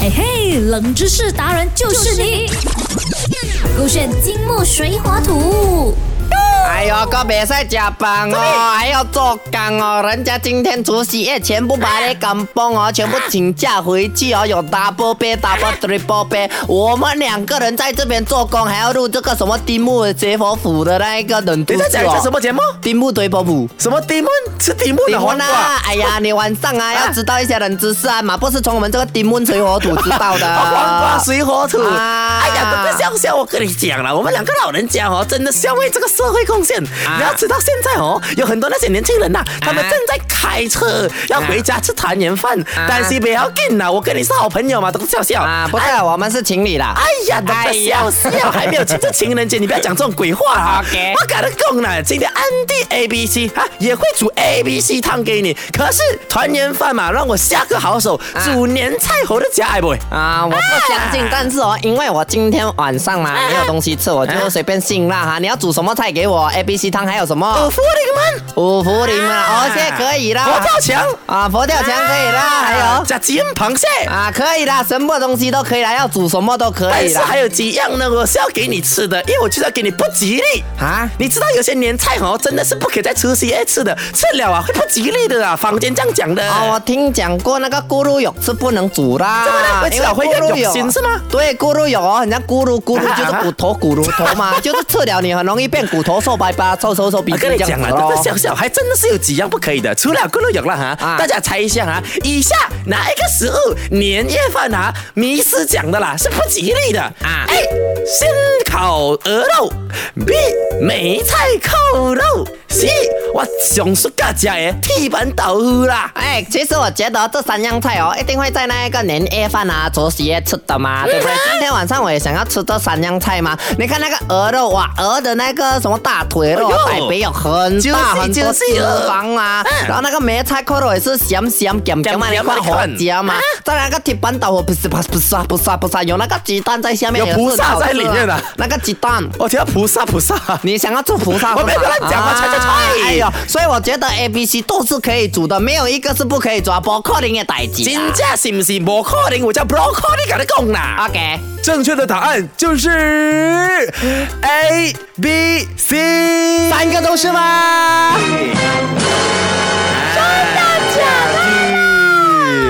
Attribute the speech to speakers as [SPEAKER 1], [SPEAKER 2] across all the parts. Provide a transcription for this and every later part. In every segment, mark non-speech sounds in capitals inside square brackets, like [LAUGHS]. [SPEAKER 1] 嘿哎嘿，冷知识达人就是你。勾选金木水火土。
[SPEAKER 2] 哎呦，个别在加班哦，还要做工哦。人家今天除夕夜全部把你赶崩哦，全部请假回去哦，有 double pay、double triple pay。我们两个人在这边做工，还要录这个什么丁木解剖府的那一个冷知
[SPEAKER 3] 你
[SPEAKER 2] 识、哦。
[SPEAKER 3] 在讲一下什么节目？
[SPEAKER 2] 丁木解剖府？
[SPEAKER 3] 什么 Demon 是 Demon
[SPEAKER 2] 丁
[SPEAKER 3] 的
[SPEAKER 2] 木
[SPEAKER 3] 黄
[SPEAKER 2] 呢
[SPEAKER 3] 瓜？？
[SPEAKER 2] 哎呀，你晚上啊要知道一些冷知识啊嘛，不是从我们这个丁木水火土知道的。
[SPEAKER 3] [LAUGHS] 啊黄瓜水火土。
[SPEAKER 2] 啊
[SPEAKER 3] 哎呀，不不笑笑，我跟你讲了，我们两个老人家哦，真的是要为这个社会贡献。
[SPEAKER 2] 啊
[SPEAKER 3] 你要知道，现在哦，有很多那些年轻人呐、他们
[SPEAKER 2] 啊
[SPEAKER 3] 正在开车要回家吃团圆饭，
[SPEAKER 2] 啊
[SPEAKER 3] 但是不要紧啦，我跟你是好朋友嘛，董笑笑。
[SPEAKER 2] 啊，不是，我们是情侣啦。
[SPEAKER 3] 哎呀，等
[SPEAKER 2] 哎
[SPEAKER 3] 个
[SPEAKER 2] 呀
[SPEAKER 3] 笑笑，还没有庆祝情人节，你不要讲这种鬼话啊
[SPEAKER 2] [LAUGHS] OK
[SPEAKER 3] 我敢讲了，今天安迪 A B C 啊也会煮 A B C 汤给你，可是团圆饭嘛，让我下个好手，煮年菜活的家哎不会。
[SPEAKER 2] 啊，我不相信，但是哦，因为我今天晚上嘛没有东西吃，我就随便信啦哈。你要煮什么菜给我？A B C 汤还有什
[SPEAKER 3] 我
[SPEAKER 2] 么
[SPEAKER 3] 服你们，
[SPEAKER 2] 五福临门啊？哦，现在可以啦。
[SPEAKER 3] 佛跳墙
[SPEAKER 2] 啊，佛跳墙可以
[SPEAKER 3] 啊
[SPEAKER 2] 啦，还有
[SPEAKER 3] 加金螃蟹。
[SPEAKER 2] 啊，可以啦，什么东西都可以啦，要煮什么都可
[SPEAKER 3] 但
[SPEAKER 2] 以
[SPEAKER 3] 是
[SPEAKER 2] 啦。
[SPEAKER 3] 还有几样呢，我是要给你吃的，因为我就是要给你不吉利
[SPEAKER 2] 啊
[SPEAKER 3] 你知道有些年菜哦，真的是不可以在除夕夜吃的，吃了啊会不吉利的啊，坊间这样讲的。
[SPEAKER 2] 啊，我听讲过那个咕噜肉是不能煮啦
[SPEAKER 3] 怎么呢，会吃了啊会
[SPEAKER 2] 咕
[SPEAKER 3] 有心是吗
[SPEAKER 2] 对，咕噜肉哦，很像咕噜咕噜，
[SPEAKER 3] 啊
[SPEAKER 2] 就是骨头骨头头嘛，就是吃了你很容易变骨头瘦白白、瘦瘦瘦鼻
[SPEAKER 3] 我
[SPEAKER 2] 子
[SPEAKER 3] 跟
[SPEAKER 2] 这
[SPEAKER 3] 你
[SPEAKER 2] 样
[SPEAKER 3] 讲
[SPEAKER 2] 子
[SPEAKER 3] 啊，
[SPEAKER 2] 咯
[SPEAKER 3] 这个。笑笑还真的是有几样不可以的，除了咕噜肉了哈，
[SPEAKER 2] 啊
[SPEAKER 3] 大家猜一下哈，以下哪一个食物年夜饭啊，迷失讲的啦，是不吉利的啊？A 鲜烤鹅肉，B 梅菜扣肉，C 我上สุก食的铁板豆腐啦。
[SPEAKER 2] 哎，其实我觉得这三样菜哦，一定会在那一个年夜饭啊、除夕夜吃的嘛，对不对？今天晚上我也想要吃这三样菜嘛。你看那个鹅肉哇，鹅的那个什么大腿肉、
[SPEAKER 3] 哎
[SPEAKER 2] 大
[SPEAKER 3] 呦
[SPEAKER 2] 腿有很
[SPEAKER 3] juicy，
[SPEAKER 2] 大很多脂
[SPEAKER 3] juicy 鹅
[SPEAKER 2] 肪啊
[SPEAKER 3] 嗯，
[SPEAKER 2] 然后那个梅菜扣肉也是咸咸咸咸嘛，你
[SPEAKER 3] 咸咸
[SPEAKER 2] 看
[SPEAKER 3] 你
[SPEAKER 2] 好
[SPEAKER 3] 看
[SPEAKER 2] 夹嘛。再来那个铁板豆腐，不是不是不是不是不是，有那个鸡蛋在下面，
[SPEAKER 3] 有菩萨在里面啊
[SPEAKER 2] 啊，那个鸡蛋。
[SPEAKER 3] 我听到菩萨菩萨，
[SPEAKER 2] 你想要做菩萨是吧？
[SPEAKER 3] 我没有跟他讲
[SPEAKER 4] 啊
[SPEAKER 3] 我猜猜猜
[SPEAKER 2] 哎呦，所以我觉得 A、B、C 都是可以煮的，没有一个是不可以煮啊，包括零也逮
[SPEAKER 3] [LAUGHS] 真
[SPEAKER 2] 鸡啊。
[SPEAKER 3] 正是不是无可能？我叫 broccoli 跟你讲啦。
[SPEAKER 2] OK，
[SPEAKER 3] 正确的答案就是 A B C。
[SPEAKER 2] 三个都是吗？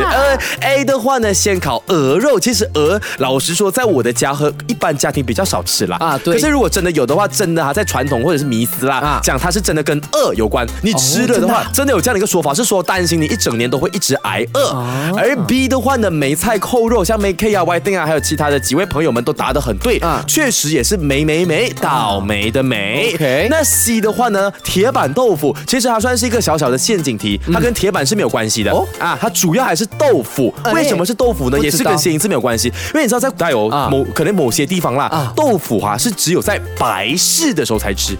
[SPEAKER 3] 呃，A 的话呢，先烤鹅肉。其实鹅，老实说，在我的家和一般家庭比较少吃啦。
[SPEAKER 2] 啊对
[SPEAKER 3] 可是如果真的有的话，真的哈、在传统或者是迷思啦，
[SPEAKER 2] 啊
[SPEAKER 3] 讲它是真的跟饿有关。你吃了的
[SPEAKER 2] 真
[SPEAKER 3] 话，
[SPEAKER 2] 的啊
[SPEAKER 3] 真的有这样的一个说法，是说担心你一整年都会一直挨饿。
[SPEAKER 2] 哦
[SPEAKER 3] 而 B 的话呢，梅菜扣肉，像 May K 啊、Y Ding 啊，还有其他的几位朋友们都答得很对，
[SPEAKER 2] 啊
[SPEAKER 3] 确实也是霉霉霉，倒霉的霉。
[SPEAKER 2] OK
[SPEAKER 3] 那 C 的话呢，铁板豆腐其实它算是一个小小的陷阱题，它跟铁板是没有关系的、
[SPEAKER 2] 嗯哦
[SPEAKER 3] 啊，它主要还是豆腐。
[SPEAKER 2] 哎
[SPEAKER 3] 为什么是豆腐
[SPEAKER 2] 不
[SPEAKER 3] 呢？
[SPEAKER 2] 知道
[SPEAKER 3] 也是跟谐音字没有关系，因为你知道在古代有
[SPEAKER 2] 啊
[SPEAKER 3] 某可能某些地方啦
[SPEAKER 2] 啊，
[SPEAKER 3] 豆腐啊是只有在白事的时候才吃。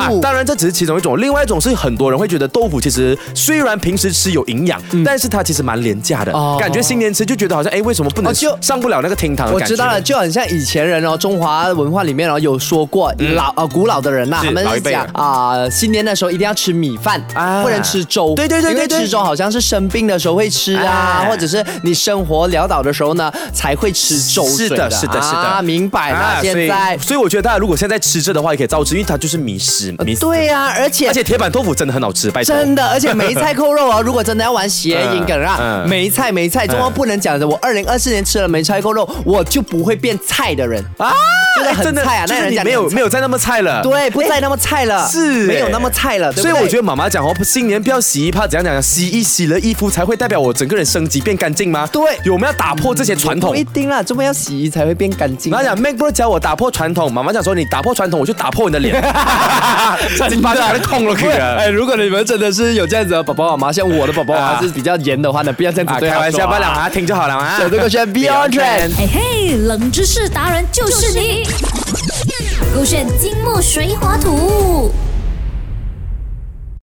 [SPEAKER 3] 啊，
[SPEAKER 2] 哦，
[SPEAKER 3] 当然这只是其中一种，另外一种是很多人会觉得豆腐其实虽然平时吃有营养，
[SPEAKER 4] 嗯
[SPEAKER 3] 但是它其实蛮廉价的
[SPEAKER 2] 哦，
[SPEAKER 3] 感觉新年吃就觉得好像哎为什么不能
[SPEAKER 4] 哦就
[SPEAKER 3] 上不了那个厅堂的
[SPEAKER 4] 我
[SPEAKER 3] 感觉？
[SPEAKER 4] 知道了，就很像以前人哦，中华文化里面哦有说过老呃古老的人呐，
[SPEAKER 3] 是
[SPEAKER 4] 他们
[SPEAKER 3] 老一
[SPEAKER 4] 是
[SPEAKER 3] 辈
[SPEAKER 4] 讲
[SPEAKER 3] 人
[SPEAKER 4] 啊、新年的时候一定要吃米饭，
[SPEAKER 3] 啊
[SPEAKER 4] 不能吃粥。
[SPEAKER 3] 对对对
[SPEAKER 4] 因为
[SPEAKER 3] 对对
[SPEAKER 4] 吃粥好像是生病的时候会吃啊，
[SPEAKER 3] 啊
[SPEAKER 4] 或者是你生活潦倒的时候呢才会吃粥水。
[SPEAKER 3] 是的是的是的
[SPEAKER 4] 啊，明白了。现
[SPEAKER 3] 所以
[SPEAKER 4] 在
[SPEAKER 3] 所以我觉得大家如果现在吃这的话，也可以照吃，因为它就是米食，米食。
[SPEAKER 4] 呃对呀、而且
[SPEAKER 3] 而且铁板豆腐真的很好吃，拜
[SPEAKER 4] [LAUGHS]
[SPEAKER 3] 托。
[SPEAKER 4] 真的，而且梅菜扣肉啊，如果真的要玩谐音梗啊
[SPEAKER 3] 嗯，嗯
[SPEAKER 4] 梅菜梅菜，中国不能讲的。我二零二四年吃了梅菜扣肉，我就不会变菜的人啊，真的
[SPEAKER 3] 哎
[SPEAKER 4] 很菜啊，
[SPEAKER 3] 就
[SPEAKER 4] 那
[SPEAKER 3] 是
[SPEAKER 4] 人
[SPEAKER 3] 你
[SPEAKER 4] 家
[SPEAKER 3] 没有没
[SPEAKER 4] 有。
[SPEAKER 3] 有再那么菜了。。
[SPEAKER 4] 对，啊不再那么菜了，
[SPEAKER 3] 是
[SPEAKER 4] 没有那么菜了，
[SPEAKER 3] 所以我觉
[SPEAKER 4] 得
[SPEAKER 3] 得妈妈讲哦，新年不要洗衣怕怎样讲，洗衣洗了衣服才会代表我整个人升级变干净吗？
[SPEAKER 4] 对嗯
[SPEAKER 3] 有没有打破这些传统
[SPEAKER 4] 不一？定啦，这么要洗衣才会变干净
[SPEAKER 3] 妈。妈讲 m a c 不是教我打破传统，妈妈讲说你打破传统，我就打破你
[SPEAKER 4] [LAUGHS]
[SPEAKER 3] 的脸，真把你空了，可以
[SPEAKER 4] 哎，
[SPEAKER 3] 了。
[SPEAKER 4] 如果你们真的是有这样子的宝宝妈妈，像我的宝宝妈
[SPEAKER 3] 啊
[SPEAKER 4] 是比较严的话呢，不要这样
[SPEAKER 3] 啊，
[SPEAKER 4] 子对
[SPEAKER 3] 开
[SPEAKER 4] 他
[SPEAKER 3] 玩笑
[SPEAKER 4] 说
[SPEAKER 3] 罢了。啊，听就好了啊。
[SPEAKER 4] [LAUGHS] 有这个选 Beyond Trend。
[SPEAKER 1] 嘿哎嘿，冷知识达人就是你。勾选金木水火土。